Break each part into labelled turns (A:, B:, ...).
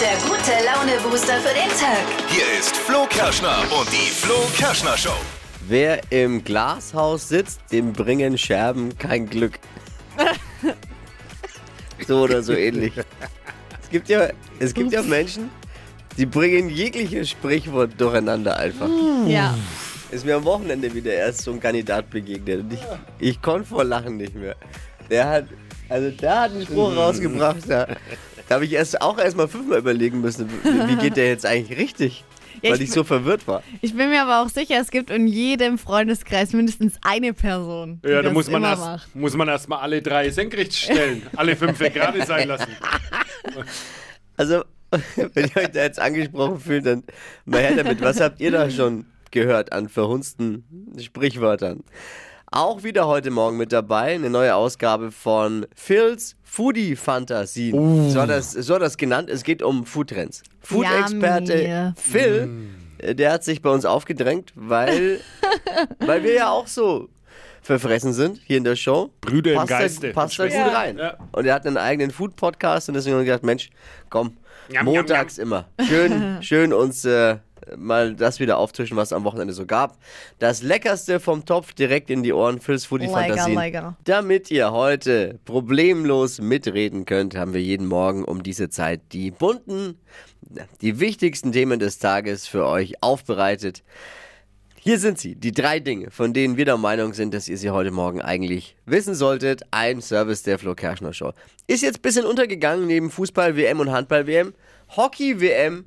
A: Der gute Laune-Booster für den Tag.
B: Hier ist Flo Kerschner und die Flo Kerschner Show.
C: Wer im Glashaus sitzt, dem bringen Scherben kein Glück. so oder so ähnlich. Es gibt ja, es gibt ja Menschen, die bringen jegliches Sprichwort durcheinander einfach.
D: Ja,
C: Ist mir am Wochenende wieder erst so ein Kandidat begegnet und ich, ich konnte vor Lachen nicht mehr. Der hat, also der hat einen
D: Mhm.
C: Spruch rausgebracht. Da, da habe ich erst auch erstmal fünfmal überlegen müssen, wie wie geht der jetzt eigentlich richtig?
D: Ja,
C: weil
D: ich
C: ich so verwirrt war.
D: ich bin mir aber auch sicher, es gibt in jedem Freundeskreis mindestens eine Person, die
E: Ja, da
D: das
E: muss man,
D: immer
E: erst,
D: macht.
E: muss man erst mal alle drei senkrecht stellen, alle fünf gerade sein lassen.
C: Also, wenn ihr euch da jetzt angesprochen fühlt, dann mal her damit. Was habt ihr da schon gehört an verhunzten Sprichwörtern? Auch wieder heute Morgen mit dabei eine neue Ausgabe von Phil's Foodie Fantasien. So, hat das, so hat das genannt. Es geht um Foodtrends. Food-Experte
D: Yummy.
C: Phil, äh, der hat sich bei uns aufgedrängt, weil, weil wir ja auch so verfressen sind hier in der Show.
E: Brüder im
C: passt da-
E: Geiste.
C: Passt da gut
E: Ja.
C: rein.
E: Ja.
C: Und er hat einen eigenen Food-Podcast und deswegen haben wir gedacht, Mensch, komm,
E: Njam,
C: montags immer. Schön, schön uns äh, mal das wieder auftischen, was es am Wochenende so gab. Das Leckerste vom Topf direkt in die Ohren fürs
D: Lecker,
C: Foodie-Fantasien.
D: lecker.
C: Damit ihr heute problemlos mitreden könnt, haben wir jeden Morgen um diese Zeit die bunten, die wichtigsten Themen des Tages für euch aufbereitet. Hier sind sie, die drei Dinge, von denen wir der Meinung sind, dass ihr sie heute Morgen eigentlich wissen solltet. Ein Service der Flo Kerschner Show. Ist jetzt ein bisschen untergegangen neben Fußball-WM und Handball-WM. Hockey-WM.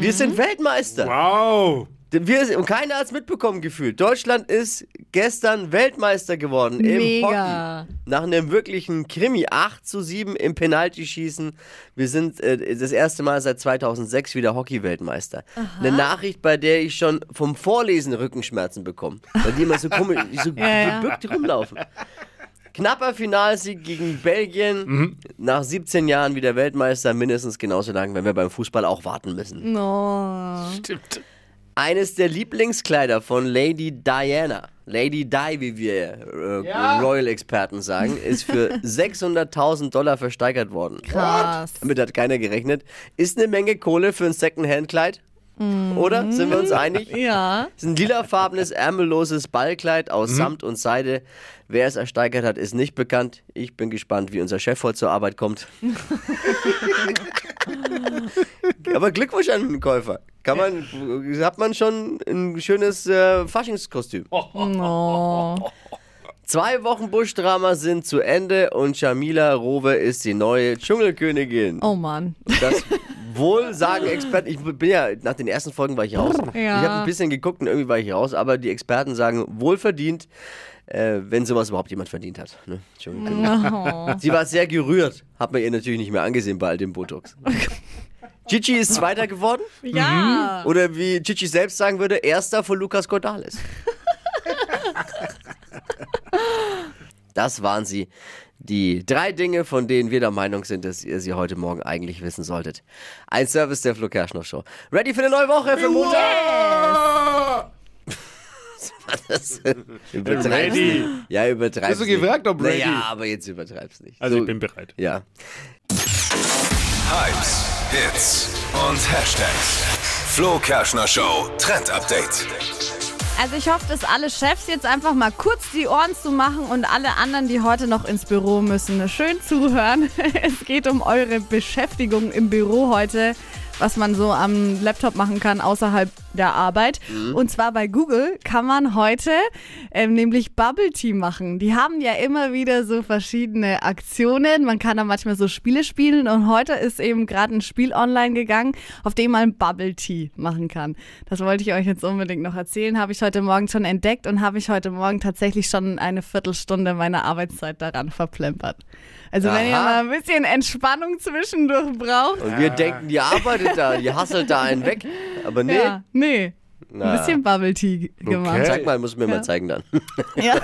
C: Wir sind Weltmeister.
E: Wow!
C: Wir, und keiner hat es mitbekommen gefühlt. Deutschland ist gestern Weltmeister geworden
D: Mega.
C: im Hockey. Nach einem wirklichen Krimi. 8 zu 7 im Penaltyschießen. Wir sind äh, das erste Mal seit 2006 wieder Hockey-Weltmeister. Eine Nachricht, bei der ich schon vom Vorlesen Rückenschmerzen bekomme. Weil die immer so komisch, so
D: ja.
C: gebückt rumlaufen. Knapper Finalsieg gegen Belgien. Nach 17 Jahren wieder Weltmeister. Mindestens genauso lang, wenn wir beim Fußball auch warten müssen.
D: No.
E: Stimmt.
C: Eines der Lieblingskleider von Lady Diana, Lady Di, wie wir äh, Royal-Experten sagen, ist für 600.000 Dollar versteigert worden.
D: Krass.
C: Damit hat keiner gerechnet. Ist eine Menge Kohle für ein Second-Hand-Kleid, oder? Sind wir uns einig?
D: Ja,
C: Es ist ein lilafarbenes, ärmelloses Ballkleid aus Samt und Seide. Wer es ersteigert hat, ist nicht bekannt. Ich bin gespannt, wie unser Chef heute zur Arbeit kommt. Aber Glückwunsch an den Käufer. Kann man, hat man schon ein schönes äh, Faschingskostüm.
D: no.
C: Zwei Wochen Buschdrama sind zu Ende und Jamila Rowe ist die neue Dschungelkönigin.
D: Oh Mann.
C: Das wohl sagen Experten, ich bin ja, nach den ersten Folgen war ich raus.
D: Ja.
C: Ich habe ein bisschen geguckt und irgendwie war ich raus, aber die Experten sagen, wohlverdient, äh, wenn sowas überhaupt jemand verdient hat. Ne? Entschuldigung.
D: Oh.
C: Sie war sehr gerührt, hat man ihr natürlich nicht mehr angesehen bei all dem Botox. Gigi ist Zweiter geworden
D: Ja.
C: oder wie Gigi selbst sagen würde, Erster von Lukas Cordalis. Das waren sie, die drei Dinge, von denen wir der Meinung sind, dass ihr sie heute Morgen eigentlich wissen solltet. Ein Service der Flo Kerschner Show. Ready für eine neue Woche, für Montag? Das- Übertreib's
E: Ready.
C: nicht. Ja, übertreib's
E: Hast du
C: nicht.
E: gefragt, ob ready?
C: Naja, aber jetzt übertreib's nicht.
E: Also
C: So-
E: ich bin bereit.
C: Ja.
B: Hypes, Hits und Hashtags. Flo Kerschner Show Trend Update.
D: Also ich hoffe, dass alle Chefs jetzt einfach mal kurz die Ohren zu machen und alle anderen, die heute noch ins Büro müssen, schön zuhören. Es geht um eure Beschäftigung im Büro heute, was man so am Laptop machen kann außerhalb der Arbeit.
E: Mhm.
D: Und zwar bei Google kann man heute ähm, nämlich Bubble Tea machen. Die haben ja immer wieder so verschiedene Aktionen. Man kann da manchmal so Spiele spielen und heute ist eben gerade ein Spiel online gegangen, auf dem man Bubble Tea machen kann. Das wollte ich euch jetzt unbedingt noch erzählen. Habe ich heute Morgen schon entdeckt und habe ich heute Morgen tatsächlich schon eine Viertelstunde meiner Arbeitszeit daran verplempert. Also wenn ihr
C: Aha.
D: mal ein bisschen Entspannung zwischendurch braucht.
C: Und
E: Ah.
C: wir denken, die arbeitet da, die hasselt da einen weg. Aber nee.
D: Ja, nee.
C: Na.
D: Ein bisschen Bubble Tea gemacht.
C: Zeig mal, muss mir mal
D: Ja.
C: zeigen dann.
D: Ja.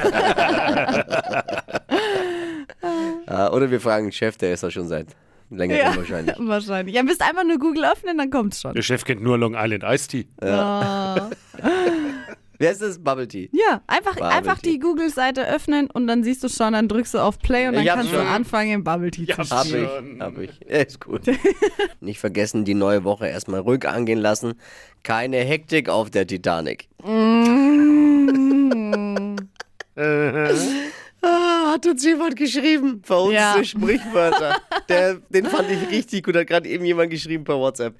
C: Ja, Äh, oder wir fragen den Chef, der ist da schon seit länger
D: Ja.
C: drin wahrscheinlich.
D: Wahrscheinlich. Ja, müsst einfach nur Google öffnen, dann kommt's schon. Oh.
E: Der Chef kennt nur Long Island Ice Tea.
D: Ja.
C: Wer ist das? Bubble Tea.
D: Ja, einfach,
C: Bubble
D: einfach
C: Tea.
D: die Google-Seite öffnen und dann siehst du schon, dann drückst du auf Play und dann
C: Ich hab's
D: kannst
C: schon.
D: du anfangen, Bubble Tea
E: Ich
D: zu
E: hab's
D: spielen.
C: Hab ich,
E: Schön.
C: hab ich. Ja, ist gut. Nicht vergessen, die neue Woche erstmal ruhig angehen lassen. Keine Hektik auf der Titanic. ah, hat uns jemand geschrieben. Verhunzte
D: Ja.
C: Sprichwörter. Der, den fand ich richtig gut. Hat gerade eben jemand geschrieben per WhatsApp.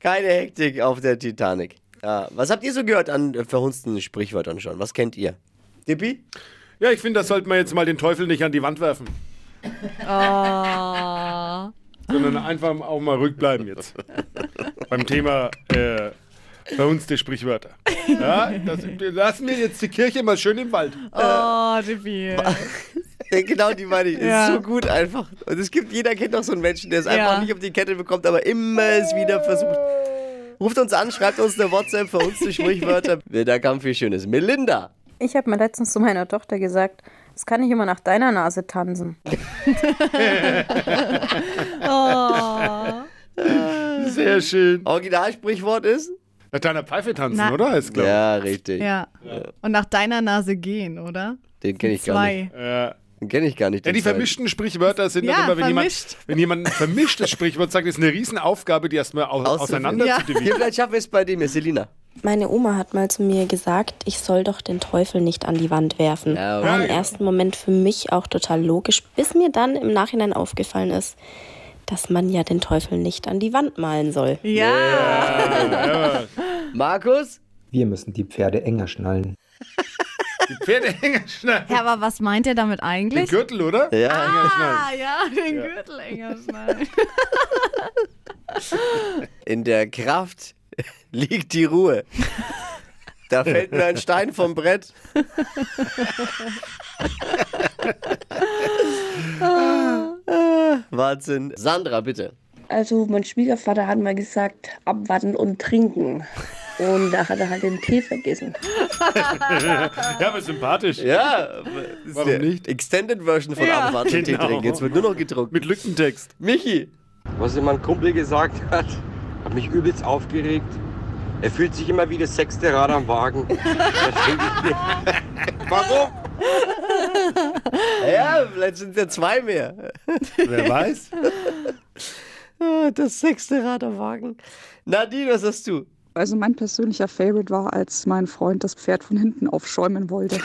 C: Keine Hektik auf der Titanic. Ja, was habt ihr so gehört an äh, verhunzten Sprichwörtern schon? Was kennt ihr? Dippi?
E: Ja, ich finde, das sollte man jetzt mal den Teufel nicht an die Wand werfen.
D: Ah.
E: Sondern einfach auch mal ruhig bleiben jetzt. Beim Thema äh, verhunzte Sprichwörter. Ja, das, lass mir jetzt die Kirche mal schön im Wald.
D: Oh, Dippi.
C: Ja, Genau, die meine ich.
D: Ja.
C: Ist so gut einfach. Und es gibt, jeder kennt doch so einen Menschen, der es
D: Ja.
C: einfach nicht auf die Kette bekommt, aber immer es wieder versucht. Ruft uns an, schreibt uns eine WhatsApp für uns die Sprichwörter. da kam viel Schönes. Melinda.
F: Ich habe mir letztens zu meiner Tochter gesagt, es kann nicht immer nach deiner Nase tanzen.
E: Sehr schön.
C: Originalsprichwort ist?
E: Nach deiner Pfeife tanzen,
D: Na-
E: oder? Ist klar.
C: Ja, richtig.
D: Ja. Und nach deiner Nase gehen, oder?
C: Den kenne ich gar nicht.
D: Zwei.
E: Ja.
C: Den kenne ich gar nicht.
E: Ja,
C: den
E: die
C: zweiten.
E: vermischten Sprichwörter sind dann
D: Ja,
E: immer, wenn
D: vermischt.
E: jemand, wenn jemand ein vermischtes Sprichwort sagt, ist eine Riesenaufgabe, die erstmal au
C: Auszufinden.
E: auseinander
D: Ja.
E: zu
C: Hier,
E: dividieren.
C: vielleicht schaffen wir es bei dem hier, Selina.
G: Meine Oma hat mal zu mir gesagt, ich soll doch den Teufel nicht an die Wand werfen.
C: Ja,
G: War
E: okay.
G: im ersten Moment für mich auch total logisch, bis mir dann im Nachhinein aufgefallen ist, dass man ja den Teufel nicht an die Wand malen soll.
D: Ja.
C: Markus?
H: Wir müssen die Pferde enger schnallen.
E: Die Pferde hängen schnell.
D: Ja, aber was meint ihr damit
E: Den
D: eigentlich?
E: Gürtel, oder?
C: Ja.
D: Ah, ja, den Gürtel enger schnallen.
C: In der Kraft liegt die Ruhe. Da fällt mir ein Stein vom Brett. Ah, Wahnsinn. Sandra, bitte.
I: Also mein Schwiegervater hat mal gesagt, abwarten und trinken. Und da hat er halt den Tee vergessen.
E: Ja, aber sympathisch.
C: Ja, ist
E: Warum
C: der
E: nicht?
C: Extended Version von
D: Ja.
C: Abwarten und Tee
E: Genau.
C: trinken. Jetzt wird nur noch gedruckt.
E: Mit Lückentext.
C: Michi.
J: Was immer ein Kumpel gesagt hat, hat mich übelst aufgeregt. Er fühlt sich immer wie das sechste Rad am Wagen. Da denke ich mir, Warum?
C: Ja, vielleicht sind es ja zwei mehr.
E: Wer weiß?
C: Ah, Das sechste Rad am Wagen. Nadine, was hast du?
K: Also mein persönlicher Favorite war, als mein Freund das Pferd von hinten aufschäumen wollte.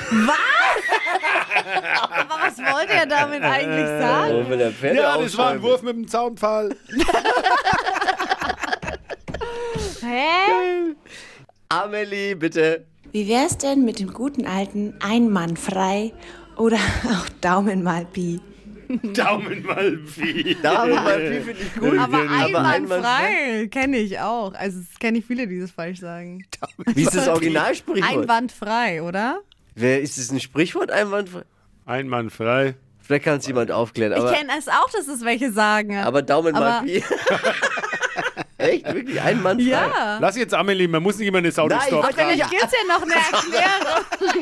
D: aber was wollt ihr damit eigentlich sagen?
C: wenn der Pferde
E: Ja, das war ein Wurf mit dem Zaunpfahl.
D: Hä?
C: Amelie, bitte.
G: Wie wär's denn mit dem guten alten Einmann frei oder auch Daumen mal Pi?
E: Daumen mal wie.
C: Da haben wir mal viel, finde ich gut.
D: Aber
C: einwandfrei.
D: einwandfrei kenne ich auch. Also das kenne ich viele, die das falsch sagen.
C: Wie ist das Originalsprichwort?
D: Einwandfrei, oder?
C: Wer ist es ein Sprichwort einwandfrei?
E: Ein Mann frei.
C: Vielleicht kann es jemand aufklären,
D: Ich
C: aber,
D: kenne es auch, dass es welche sagen.
C: aber Daumen mal
D: aber-
C: Pi. Echt? Wirklich? Ein Mann frei?
D: ja.
E: Lass jetzt Amelie, man muss nicht immer eine Sau
C: Nein,
E: durchs Dorf
C: ich wollte
E: tragen.
C: nicht-
D: Vielleicht gibt's ja noch eine Erklärung.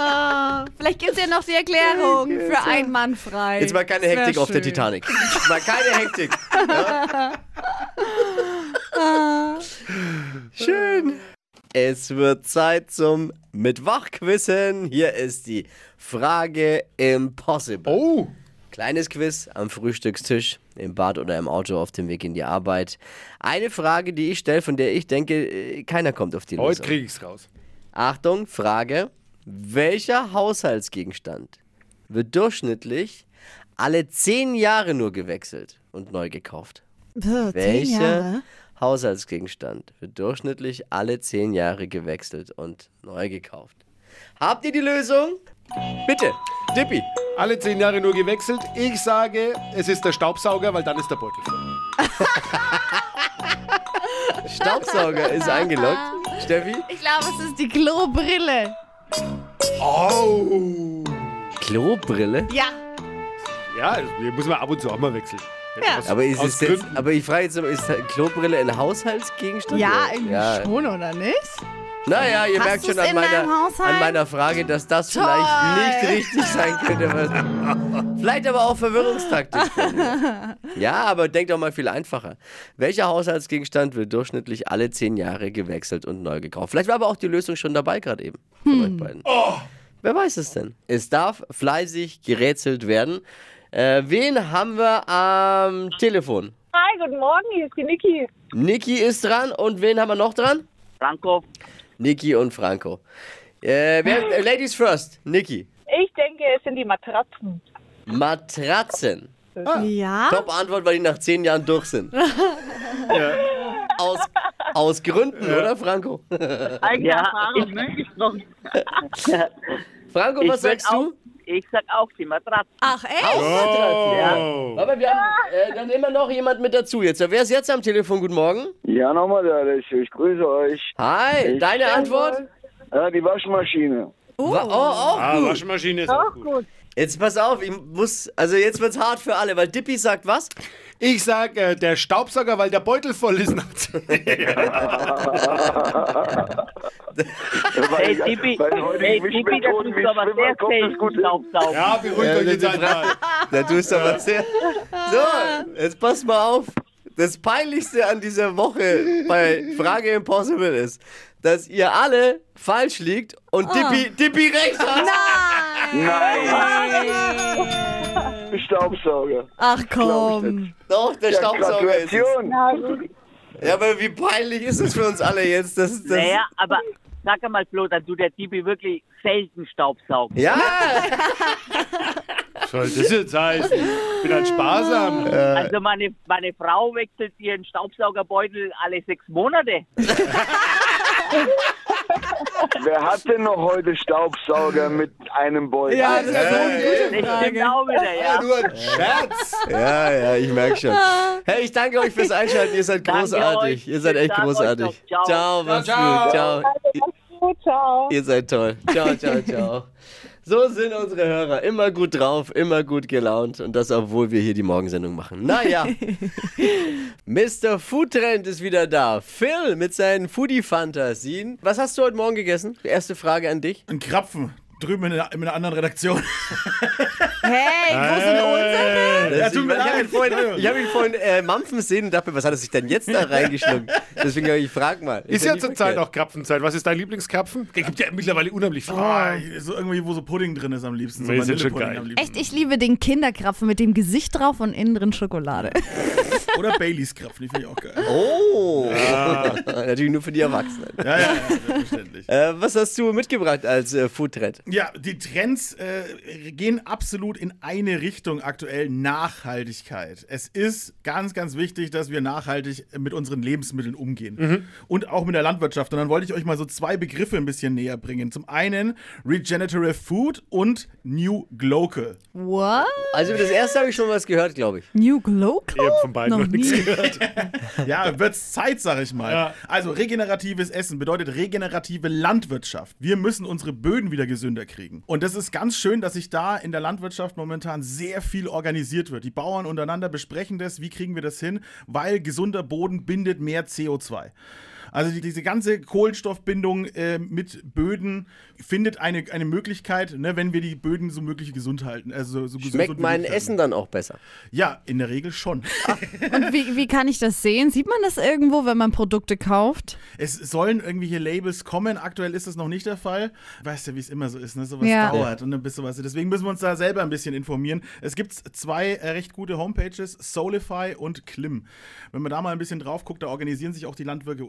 D: Ah, vielleicht gibt's ja noch die Erklärung für einwandfrei.
C: Jetzt mal keine
D: Das wär
C: Hektik auf der
D: schön.
C: Titanic. Mal keine Hektik. Ja? ne? Schön. Es wird Zeit zum Mittwochquissen. Hier ist die Frage Impossible.
E: Oh,
C: Kleines Quiz am Frühstückstisch, im Bad oder im Auto auf dem Weg in die Arbeit. Eine Frage, die ich stelle, von der ich denke, äh, keiner kommt auf die
E: heute
C: Lösung.
E: krieg ich's raus.
C: Achtung, Frage. Welcher Haushaltsgegenstand wird durchschnittlich alle zehn Jahre nur gewechselt und neu gekauft?
D: Puh, zehn
C: Welcher
D: Jahre.
C: Haushaltsgegenstand wird durchschnittlich alle zehn Jahre gewechselt und neu gekauft? Habt ihr die Lösung? Bitte, Dippi.
E: Alle zehn Jahre nur gewechselt. Ich sage, es ist der Staubsauger, weil dann ist der Beutel voll.
C: Staubsauger ist eingeloggt. Steffi?
D: Ich glaube, es Ah, ist die Klobrille.
E: Oh.
C: Klobrille?
D: Ja.
E: Ja, also, die muss man ab und zu auch mal wechseln.
D: Ja.
E: Aus-
C: Aber, ist
E: aus
C: es jetzt,
E: Gründen.
C: aber ich frage jetzt, mal, ist Klobrille ein Haushaltsgegenstand?
D: Ja,
C: Oder-
D: irgendwie
C: Ja.
D: schon, oder nicht?
C: Naja, ihr
D: Hast
C: merkt schon
D: du's
C: an
D: in
C: meiner,
D: deinem Haushalt?
C: an meiner Frage, dass das
D: Toll.
C: vielleicht nicht richtig sein könnte. Was Vielleicht aber auch Verwirrungstaktik. von mir. ja, aber denk doch mal viel einfacher. Welcher Haushaltsgegenstand wird durchschnittlich alle zehn Jahre gewechselt und neu gekauft? Vielleicht war aber auch die Lösung schon dabei gerade eben. für
D: Hm.
C: euch beiden. Wer weiß es denn? Es darf fleißig gerätselt werden. Äh, wen haben wir am Telefon?
L: Hi, guten Morgen, hier ist die Niki.
C: Niki ist dran und wen haben wir noch dran? Franco. Niki und Franco. Äh, wer, äh, Ladies first, Niki.
L: Ich denke, es sind die Matratzen. Ah.
C: Matratzen.
D: Ja.
C: Top Antwort, weil die nach zehn Jahren durch sind. Aus, aus Gründen, oder Franco?
M: Eigene Erfahrung, ne? Gesprochen.
C: Franco,
M: Ich
C: was
M: sag
C: sagst
M: auch,
C: du?
M: Ich sag auch die Matratze.
D: Ach, echt?
C: Hausmatratzen.
M: Ja.
C: Aber wir haben äh, dann immer noch jemand mit dazu jetzt. Wer ist jetzt am Telefon? Guten Morgen.
N: Ja, nochmal, Dallas. Ich grüße euch.
C: Hi,
N: ich
C: deine Antwort?
N: Ja, die Waschmaschine.
C: Oh, oh auch
N: Ah,
C: gut.
E: Waschmaschine
N: ist auch
C: gut. Jetzt pass auf, ich muss, also jetzt wird's hart für alle, weil Dippy sagt was?
E: Ich sag äh, der Staubsauger, weil der Beutel voll ist.
M: Hey, Tipi, hey, Tipi, das ist aber sehr selten Staubsaugen.
E: Ja, beruhigt euch jetzt einmal.
C: Da tust du aber sehr. So, jetzt pass mal auf. Das Peinlichste an dieser Woche bei Frage Impossible ist, dass ihr alle falsch liegt und
N: Ah.
C: Dippy, Dippy recht hat.
N: Nein! Staubsauger.
D: Ach
N: komm.
C: Doch, der
N: Ja,
C: Staubsauger ist
N: Gratulation.
C: es. Ja, aber wie peinlich ist es für uns alle jetzt? Das, das
M: Naja, aber sag mal, Flo, dass du der Tipi wirklich selten Staubsaugen.
C: Ja!
E: Soll das jetzt heißen? Ich bin halt sparsam.
M: Also meine, meine Frau wechselt ihren Staubsaugerbeutel alle sechs Monate.
N: Wer hat denn noch heute Staubsauger mit einem Beutel?
M: Ja, das ist eine gute Frage. Genau wieder, ja.
E: Nur ein Scherz.
C: Ja, ja, ich merke schon. Hey, ich danke euch fürs Einschalten. Ihr seid
N: Danke
C: großartig.
N: euch.
C: Ihr seid
N: Schönen
C: echt
N: Tag euch
C: großartig.
N: noch. Ciao.
C: ciao
N: Ciao,
C: macht's
N: ciao.
C: gut. Ciao.
L: Ciao.
C: Ihr seid toll. Ciao, ciao, ciao. So sind unsere Hörer. Immer gut drauf, immer gut gelaunt. Und das, obwohl wir hier die Morgensendung machen. Naja. Mr. Foodtrend ist wieder da. Phil mit seinen Foodie-Fantasien. Was hast du heute Morgen gegessen? Erste Frage an dich.
O: Ein Krapfen. Drüben in, der- in einer anderen Redaktion.
D: Hey, wo sind unsere?
O: Ja, tut
C: Also ich habe
O: mir leid.
C: ihn vorhin, ich hab ihn vorhin äh, mampfen sehen und dachte mir, was hat er sich denn jetzt da reingeschluckt? Deswegen habe ich, ich frag mal.
E: Ist ja
C: nicht
E: zurzeit
C: verkehrt.
E: auch Krapfenzeit. Was ist dein Lieblingskrapfen?
O: Es gibt ja mittlerweile unheimlich viel. Ah, so irgendwie, wo so Pudding drin ist am liebsten. So
E: Nee, sind schon
O: Vanillepudding
E: geil.
O: am liebsten.
D: Echt, ich liebe den Kinderkrapfen mit dem Gesicht drauf und innen drin Schokolade.
O: Oder Baileys Krapfen, die finde ich auch geil.
C: Oh!
O: Ja.
C: Natürlich nur für die Erwachsenen.
O: Ja, ja,
C: Äh, was hast du mitgebracht als äh, Foodtrend?
O: Ja, die Trends äh, gehen absolut in eine Richtung aktuell. Nachhaltigkeit. Es ist ganz, ganz wichtig, dass wir nachhaltig mit unseren Lebensmitteln umgehen.
E: Mhm.
O: Und auch mit der Landwirtschaft. Und dann wollte ich euch mal so zwei Begriffe ein bisschen näher bringen. Zum einen Regenerative Food und New Glocal.
D: What?
C: Also das erste habe ich schon was gehört, glaube ich.
D: New Glocal?
O: Ich hab von beiden
D: Noch
O: noch, nichts
D: nie.
O: gehört. ja, wird's Zeit, sag ich mal. Also regeneratives Essen bedeutet regenerative Landwirtschaft. Wir müssen unsere Böden wieder gesünder kriegen. Und das ist ganz schön, dass sich da in der Landwirtschaft momentan sehr viel organisiert wird. Die Bauern untereinander besprechen das, wie kriegen wir das hin, weil gesunder Boden bindet mehr CO2. Also die, diese ganze Kohlenstoffbindung äh, mit Böden findet eine, eine Möglichkeit, ne, wenn wir die Böden so möglich gesund halten. Also so gesund
C: Schmeckt
O: wie
C: mein
O: möglich halten.
C: Essen dann auch besser?
O: Ja, in der Regel schon.
D: Und wie, wie kann ich das sehen? Sieht man das irgendwo, wenn man Produkte kauft?
O: Es sollen irgendwelche Labels kommen. Aktuell ist das noch nicht der Fall. Weißt ja, wie es immer so ist, ne? Sowas
D: Ja.
O: dauert und dann bist du was. Deswegen müssen wir uns da selber ein bisschen informieren. Es gibt zwei äh, recht gute Homepages, Soulify und Klim. Wenn man da mal ein bisschen drauf guckt, da organisieren sich auch die Landwirte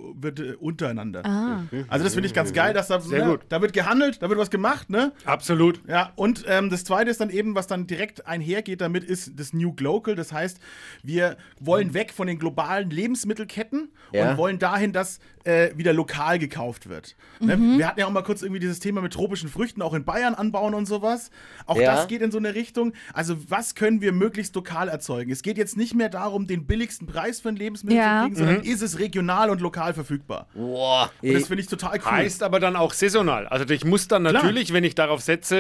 O: untereinander.
D: Ah.
O: Also das finde ich ganz geil, dass da,
E: Sehr
O: ne,
E: gut.
O: da wird gehandelt, da wird was gemacht, ne? Absolut. Ja, und ähm, das zweite ist dann eben, was dann direkt einhergeht damit, ist das New Global. Das heißt, wir wollen weg von den globalen Lebensmittelketten
C: Ja.
O: und wollen dahin, dass äh, wieder lokal gekauft wird. Ne? Wir hatten ja auch mal kurz irgendwie dieses Thema mit tropischen Früchten, auch in Bayern anbauen und sowas. Auch
C: Ja.
O: das geht in so eine Richtung. Also, was können wir möglichst lokal erzeugen? Es geht jetzt nicht mehr darum, den billigsten Preis für ein Lebensmittel
D: Ja.
O: zu kriegen, sondern
E: Mhm.
O: ist es regional und lokal verfügbar.
C: Boah. Äh,
O: Und das finde ich total cool.
E: Heißt aber dann auch saisonal. Also ich muss dann
O: Klar.
E: natürlich, wenn ich darauf setze,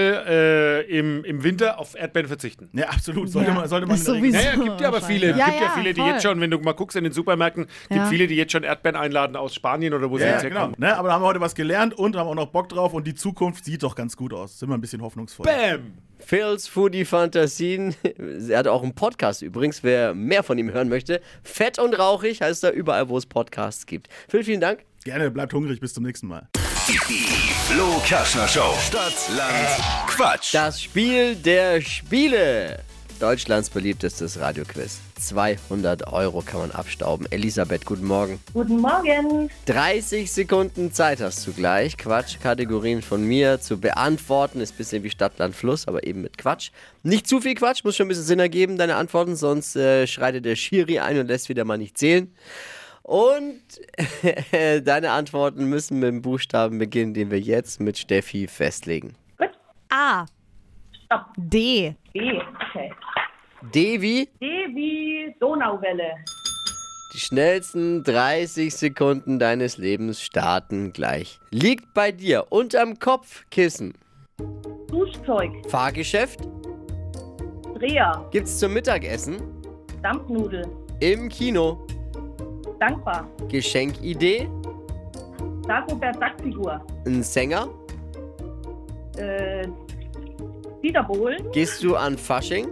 E: äh, im, im Winter auf Erdbeeren verzichten.
O: Ja, absolut. Sollte
E: Ja,
O: man, sollte man
E: das
O: in der Regel-
E: sowieso Naja, gibt ja aber viele.
O: Ja,
E: gibt ja,
O: ja,
E: viele, die
O: voll.
E: jetzt schon, wenn du mal guckst in den Supermärkten, gibt
O: Ja.
E: viele, die jetzt schon Erdbeeren einladen aus Spanien oder wo sie
O: Ja,
E: jetzt
O: ja, genau.
E: herkommen.
O: Ne, aber da haben wir heute was gelernt und haben auch noch Bock drauf und die Zukunft sieht doch ganz gut aus. Sind wir ein bisschen hoffnungsvoll.
E: Bam!
C: Phil's Foodie Fantasien. Er hat auch einen Podcast übrigens, wer mehr von ihm hören möchte. Fett und rauchig heißt er überall, wo es Podcasts gibt. Phil, vielen Dank.
O: Gerne, bleibt hungrig, bis zum nächsten Mal.
B: Die Flo Kerschner Show. Stadt, Land, Quatsch.
C: Das Spiel der Spiele. Deutschlands beliebtestes Radioquiz. 200 Euro kann man abstauben. Elisabeth, guten Morgen.
L: Guten Morgen.
C: 30 Sekunden Zeit hast du gleich, Quatschkategorien von mir zu beantworten. Ist ein bisschen wie Stadt, Land, Fluss, aber eben mit Quatsch. Nicht zu viel Quatsch, muss schon ein bisschen Sinn ergeben, deine Antworten, sonst äh, schreitet der Schiri ein und lässt wieder mal nicht zählen. Und deine Antworten müssen mit dem Buchstaben beginnen, den wir jetzt mit Steffi festlegen.
D: A. D.
L: D, okay.
C: D wie?
L: D wie Donauwelle.
C: Die schnellsten 30 Sekunden deines Lebens starten gleich. Liegt bei dir unterm Kopfkissen.
L: Duschzeug.
C: Fahrgeschäft?
L: Dreher.
C: Gibt's zum Mittagessen?
L: Dampfnudel.
C: Im Kino?
L: Dankbar.
C: Geschenkidee?
L: Dagobert Sackfigur.
C: Ein Sänger?
L: Äh, Wiederholen.
C: Gehst du an Fasching?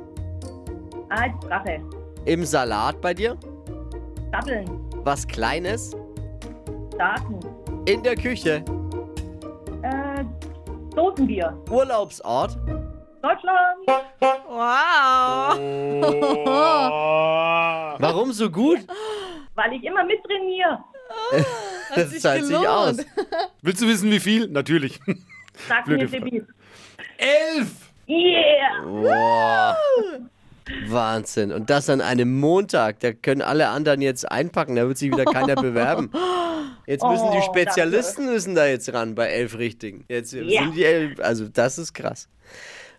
L: Als Drache.
C: Im Salat bei dir?
L: Datteln.
C: Was Kleines?
L: Daten.
C: In der Küche?
L: Äh, Dosenbier.
C: Urlaubsort?
L: Deutschland.
D: Wow.
E: Oh.
C: Warum so gut?
L: Weil ich immer mittrainiere.
C: Das
D: sich
C: zahlt sich aus.
D: gelohnt.
E: Willst du wissen, wie viel? Natürlich.
L: Sag
E: Blöde
L: mir, Debbie.
E: Elf!
L: Yeah.
C: Wow. Wahnsinn. Und das an einem Montag. Da können alle anderen jetzt einpacken. Da wird sich wieder keiner bewerben. Jetzt müssen die
L: Oh,
C: Spezialisten müssen da jetzt ran bei elf Richtigen. Jetzt
L: Ja.
C: sind die elf. Also das ist krass.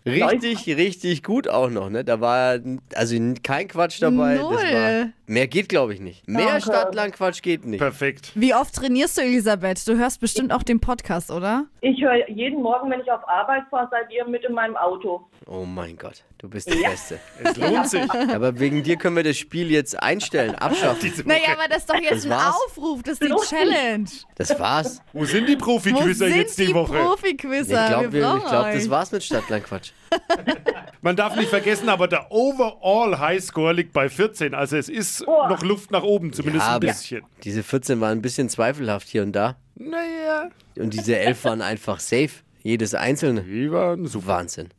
C: Richtig, richtig gut auch noch. Ne? Da war also kein Quatsch dabei. Das war,
D: Null.
C: mehr geht, glaube ich, nicht. Mehr
D: Danke.
C: Stadtlandquatsch geht nicht.
E: Perfekt.
D: Wie oft trainierst du, Elisabeth? Du hörst bestimmt auch den Podcast, oder?
L: Ich höre jeden Morgen, wenn ich auf Arbeit fahre, seid ihr mit in meinem Auto.
C: Oh mein Gott, du bist die Beste.
E: Es lohnt sich.
C: Aber wegen dir können wir das Spiel jetzt einstellen, abschaffen.
D: Naja, aber das ist doch jetzt
C: Das
D: ein
C: war's.
D: Aufruf, das ist die
L: Los.
D: Challenge.
C: Das war's.
E: Wo sind die
D: Wo
E: Profi-Quizzer
D: sind
E: jetzt die,
D: die
E: Woche?
C: Ich
D: Profi-Quizzer?
C: glaube,
D: wir brauchen
C: glaub,
D: euch.
C: das war's mit Stadtlandquatsch.
E: Man darf nicht vergessen, aber der Overall Highscore liegt bei 14. Also es ist
L: Boah.
E: noch Luft nach oben, zumindest ein
C: Ah, Aber
E: bisschen.
C: Diese 14 waren ein bisschen zweifelhaft hier und da.
E: Naja.
C: Und diese 11 waren einfach safe. Jedes einzelne.
E: Die waren super.
C: Wahnsinn.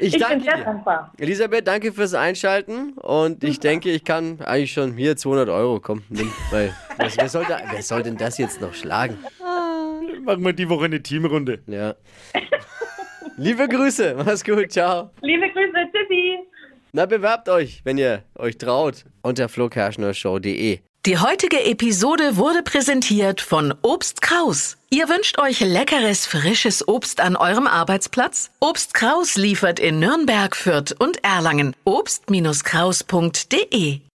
C: Ich,
L: Ich
C: danke
L: bin sehr
C: dir.
L: dankbar.
C: Elisabeth, danke fürs Einschalten. Und ich denke, ich kann eigentlich schon hier 200 Euro kommen. Nimm, weil, was, wer, soll da, wer soll denn das jetzt noch schlagen?
E: Machen wir die Woche eine Teamrunde.
C: Ja. Liebe Grüße. Mach's gut. Ciao.
L: Liebe Grüße, Tschüssi.
C: Na, bewerbt euch, wenn ihr euch traut. Unter flokerschnershow.de.
P: Die heutige Episode wurde präsentiert von Obst Kraus. Ihr wünscht euch leckeres, frisches Obst an eurem Arbeitsplatz? Obst Kraus liefert in Nürnberg, Fürth und Erlangen. Obst-Kraus.de